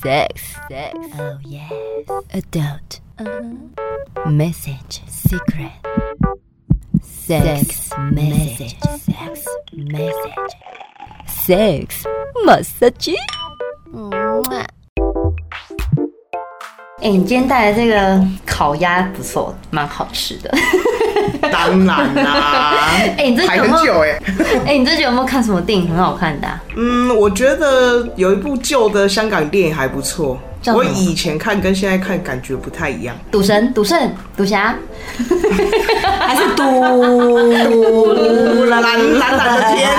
Sex, sex, oh yes. Uh-huh. Adult, message, secret. Sex, message, sex, message. Sex, massage. 哎、你今天带的这个烤鸭不错，蛮好吃的。当然啦，哎、你这排有很没有？久哎、哎、你这有没有看什么电影很好看的、啊？嗯，我觉得有一部旧的香港电影还不错，叫什么我以前看跟现在看感觉不太一样。赌神、赌圣、赌侠，还是嘟蓝蓝蓝的天，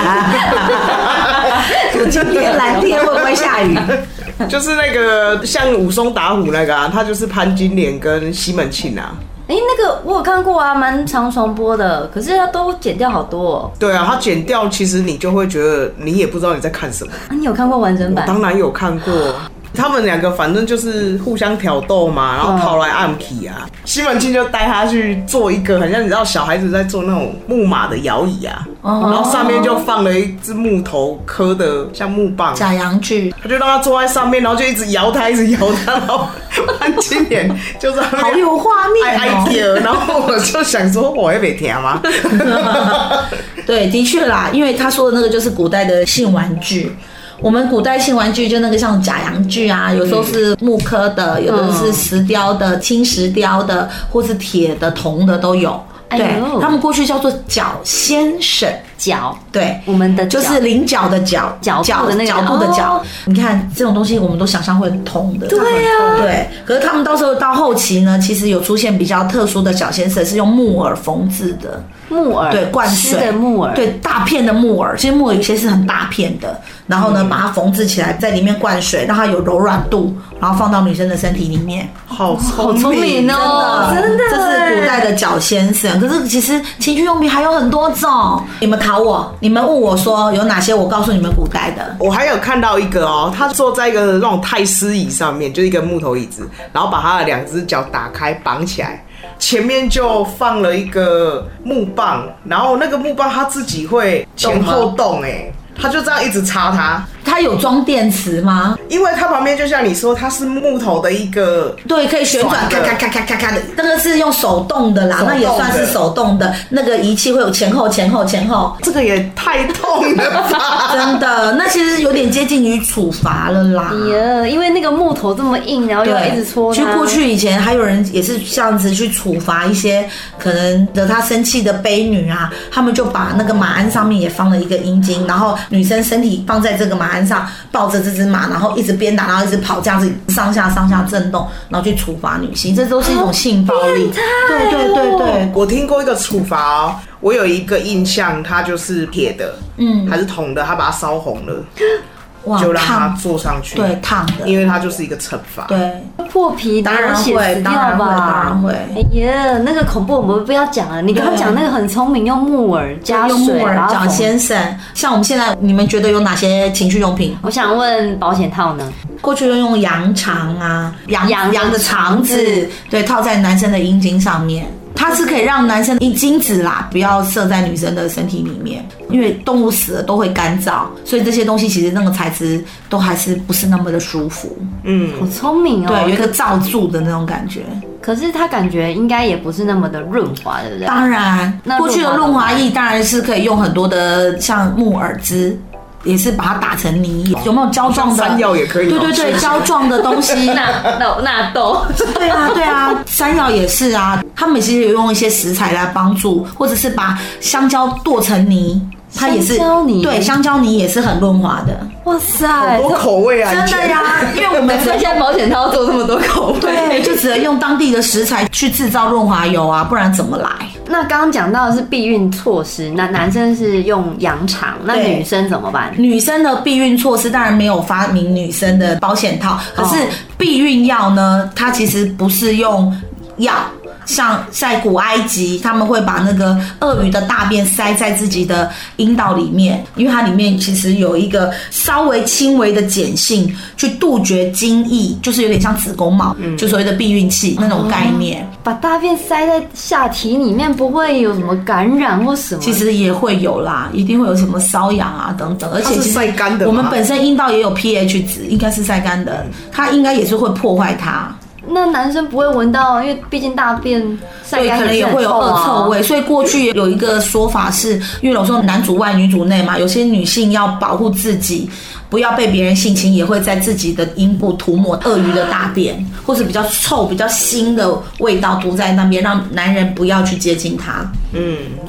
我今天蓝天会不会下雨？就是那个像武松打虎那个啊，他就是潘金莲跟西门庆啊。哎、那个我有看过啊，蛮常重播的，可是它都剪掉好多、哦。对啊，他剪掉，其实你就会觉得你也不知道你在看什么。啊，你有看过完整版？当然有看过，他们两个反正就是互相挑逗嘛，然后跑来暗皮啊。西门庆就带他去做一个很像你知道小孩子在做那种木马的摇椅啊，然后上面就放了一只木头磕的像木棒，假洋剧，他就让他坐在上面，然后就一直摇他，一直摇他，然后潘金莲就在那好边有画哀面哀哦、叫，然后我就想说我会被听吗？对，的确啦，因为他说的那个就是古代的性玩具。我们古代性玩具就那个像假洋具啊，有时候是木刻嗯的，有的是石雕的、青石雕的，或是铁的、铜的都有。哎对呦，他们过去叫做脚先生，脚，对，我们的脚就是菱角的角，脚脚步的那个脚步的哦脚。你看这种东西，我们都想象会很痛的。对啊对。可是他们到时候到后期呢，其实有出现比较特殊的脚先生，是用木耳缝制的，木耳，对，灌湿水的木耳，对，，大片的木耳。其实木耳有些是很大片的，然后呢，把它缝制起来，在里面灌水，让它有柔软度，然后放到女生的身体里面。好好聪聪明明哦，真的，这哎是古代的脚先生。可是其实情趣用品还有很多种。你们考我，你们问我说有哪些？我告诉你们古代的。我还有看到一个哦，他坐在一个那种太师椅上面，就一个木头椅子，然后把他的两只脚打开绑起来，前面就放了一个木棒，然后那个木棒他自己会前后动、哎，他就这样一直插它，它有装电池吗？因为它旁边就像你说，它是木头的一个。对，可以旋转，转咔的咔咔咔咔咔的。那个是用手动的啦，手动那的也算是手动的。那个仪器会有前后前后前后。这个也太痛了吧！ 真的，那其实有点接近于处罚了 啦。耶，哎因为那个木头这么硬，然后又一直戳其它，实过去以前还有人也是这样子去处罚一些可能惹他生气的悲女啊，他们就把那个马鞍上面也放了一个阴茎，然后女生身体放在这个马鞍上，抱着这只马，然后一直鞭打，然后一直跑，这样子上下上下震动，然后去处罚女性，这都是一种性暴力。对对对对，我听过一个处罚哦，我有一个印象，它就是铁的，嗯，还是铜的，他把它烧红了，哇就，让它烫，坐上去，对烫的，因为它就是一个惩罚。对。破皮当然流血会死掉当然会当吧然会？哎呀，那个恐怖我们不要讲了。你刚刚对讲那个很聪明，用木耳加用水木耳然后脚缝先生，像我们现在，你们觉得有哪些情趣用品？我想问保险套呢？过去都用羊肠啊，羊羊的羊的肠肠子子，对，套在男生的阴茎上面。它是可以让男生一精子啦，不要射在女生的身体里面，因为动物死了都会干燥，所以这些东西其实那个材质都还是不是那么的舒服，嗯，好聪明哦。对，有一个罩住的那种感觉。可是它感觉应该也不是那么的润滑，对不对？ 当然那，过去的润润滑滑液当然是可以用很多的，像木耳汁，也是把它打成泥，有没有胶状的？山药也可以哦对对是对，胶状 的东西。纳纳纳 豆，对啊，对啊，山药也是啊，他们其实有用一些食材来帮助，或者是把香蕉剁成泥，它也是香蕉泥对，香蕉泥也是很润滑的。哇塞，好多口味啊，真以的前呀，因为我们 难怪现在保险套做这么多口味。对，就只能用当地的食材去制造润滑油啊，不然怎么来？那刚刚讲到的是避孕措施，那男生是用羊肠，那对女生怎么办？女生的避孕措施当然没有发明女生的保险套，可是避孕药呢，它其实不是用药。像在古埃及，他们会把那个鳄鱼的大便塞在自己的阴道里面，因为它里面其实有一个稍微轻微的碱性，去杜绝精液，就是有点像子宫毛，就所谓的避孕器那种概念。把大便塞在下体里面，不会有什么感染或什么。其实也会有啦，一定会有什么瘙痒啊等等，而且它是其实晒干的吗我们本身阴道也有 pH 值，应该是晒干的，嗯它应该也是会破坏它，那男生不会闻到，因为毕竟大便晒对，干可能也是很会有臭恶啊臭。味。所以过去有一个说法是，因为有时候男主外女主内嘛，有些女性要保护自己，不要被别人性侵，也会在自己的阴部涂抹鳄鱼的大便，或是比较臭、比较腥的味道涂在那边，让男人不要去接近它。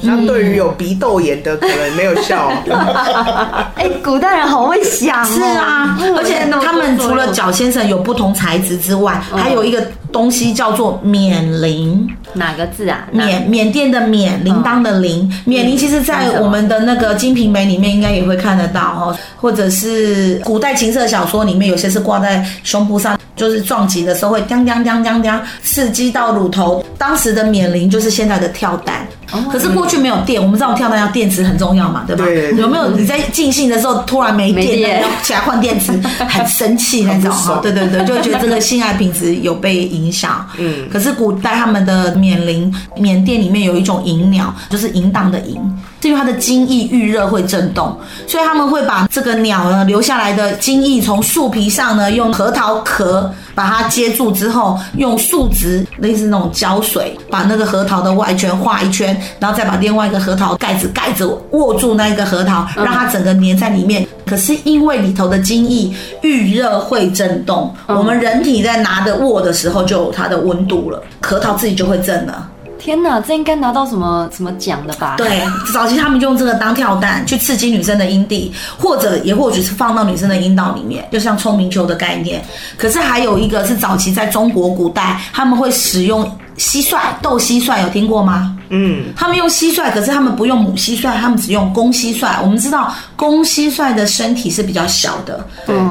那嗯对于有鼻窦炎的可能没有效 哦，哎、古代人好会想、哦。是啊，而且他们除了脚角先生有不同材质之外，还有一个东西叫做冕铃。哪个字啊？哪缅缅甸的缅，铃铛的铃，嗯缅铃其实在我们的那个《金瓶梅》里面应该也会看得到哦，或者是古代情色小说里面有些是挂在胸部上，就是撞击的时候会当当当当当刺激到乳头。当时的缅铃就是现在的跳蛋，哦可是过去没有电，我们知道跳蛋要电池很重要嘛，对吧？对有没有你在尽兴的时候突然没没电，电要起来换电池，很生气那种很不哈爽？对对对，就会觉得这个性爱品质有被影响。嗯可是古代他们的缅铃，缅甸里面有一种银鸟，就是淫荡的淫，是因为它的精液遇热会震动，所以他们会把这个鸟呢留下来的精液从树皮上呢用核桃壳把它接住之后，用树脂类似那种胶水把那个核桃的外圈画一圈，然后再把另外一个核桃盖子盖子握住那一个核桃，让它整个粘在里面。可是因为里头的精液遇热会震动，我们人体在拿着握的时候就有它的温度了，核桃自己就会震了。天哪，这应该拿到什么什么奖的吧？，对，早期他们就用这个当跳蛋去刺激女生的阴蒂，或者也或许是放到女生的阴道里面，就像聪明球的概念。可是还有一个是早期在中国古代，他们会使用蟋蟀，斗蟋蟀，有听过吗？嗯，他们用蟋蟀，可是他们不用母蟋蟀，他们只用公蟋蟀。我们知道公蟋蟀的身体是比较小的，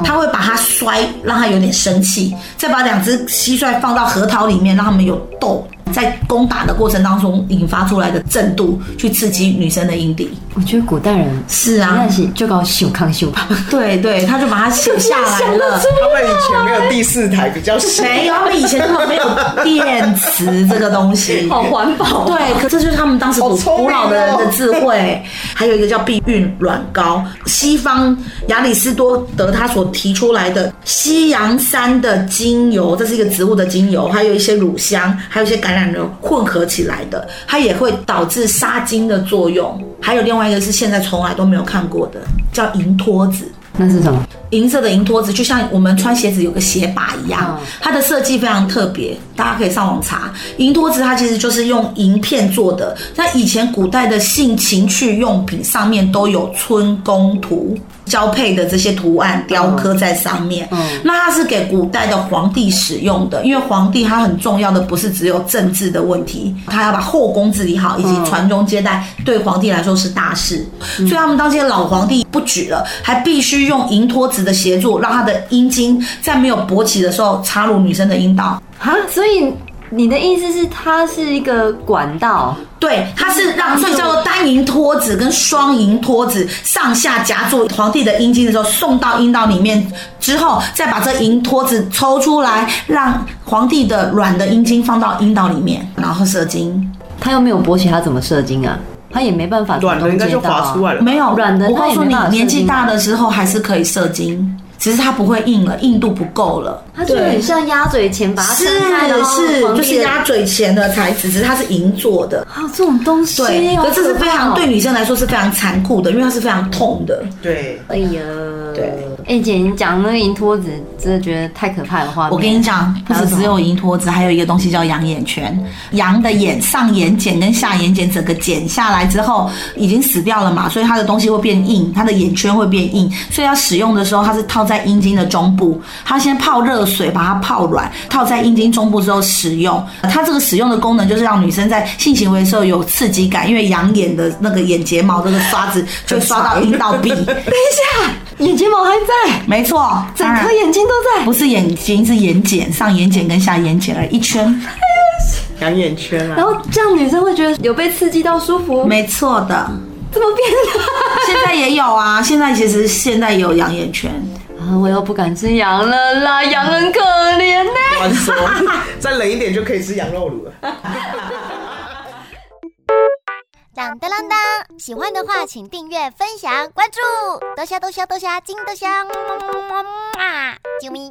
他会把它摔，让它有点生气，再把两只蟋蟀放到核桃里面，让它们有斗，在攻打的过程当中引发出来的震度，去刺激女生的阴蒂。我觉得古代人是啊那，是就搞小康秀吧，对对，他就把它写下来了。他们以前没有第四台比较新，没有，他们以前根本没有电池这个东西，好环保。对，可这就是他们当时古好聪明古老的人的哦智慧。还有一个叫避孕卵膏，西方亚里士多德他所提出来的西洋参的精油，这是一个植物的精油，还有一些乳香，还有一些橄榄油混合起来的，它也会导致杀精的作用。还有另外一个是现在从来都没有看过的，叫银托子。那是什么？银色的银托子，就像我们穿鞋子有个鞋把一样，它的设计非常特别，大家可以上网查。银托子它其实就是用银片做的，那以前古代的性情趣用品上面都有春宫图。交配的这些图案雕刻在上面，那它是给古代的皇帝使用的，因为皇帝他很重要的不是只有政治的问题，他要把后宫治理好，以及传宗接代，对皇帝来说是大事。所以他们当些老皇帝不举了，还必须用银托子的协助，让他的阴茎在没有勃起的时候插入女生的阴道。啊，所以你的意思是它是一个管道？对，它是让，所以叫做单银托子跟双银托子上下夹住皇帝的阴茎的时候，送到阴道里面之后，再把这银托子抽出来，让皇帝的卵的阴茎放到阴道里面，然后射精。他又没有勃起，他怎么射精啊？他也没办法主软的动应该接就到滑出啊。来了。没有软的我告诉你它也没办法，射精年纪大的时候还是可以射精，只是它不会硬了，硬度不够了。它就很像鸭嘴钳，把它是撑开，然后是，旁边就是鸭嘴钳的材质，只是它是银做的。啊，这种东西对，好可是这是非怕常哦对。女生来说是非常残酷的，因为它是非常痛的。对，哎呀，对，哎、姐，你讲那个银托子，真的觉得太可怕的画面。我跟你讲，不还有嗯是什么只有银托子，还有一个东西叫羊眼圈。羊的眼上眼睑跟下眼睑整个剪下来之后，已经死掉了嘛，所以它的东西会变硬，它的眼圈会变硬。所以要使用的时候，它是套在阴茎的中部，它先泡热水把它泡软，套在阴茎中部之后使用。它这个使用的功能就是让女生在性行为的时候有刺激感，因为羊眼的那个眼睫毛这个刷子就会刷到阴道 壁。眼睫毛还在，没错，整当然 颗眼睛都在。不是眼睛，是眼睑，上眼睑跟下眼睑而已一圈。养眼圈然啊，后这样女生会觉得有被刺激到舒服，没错的，这么变 现在也有啊，现在其实现在也有养眼圈，态啊！我又不敢吃羊了啦，羊很可怜呢、乱 说，再冷一点就可以吃羊肉卤了。当当当当！喜欢的话，请订阅、分享、关注，多虾多虾多虾，金多虾，么么么么么啊！啾咪。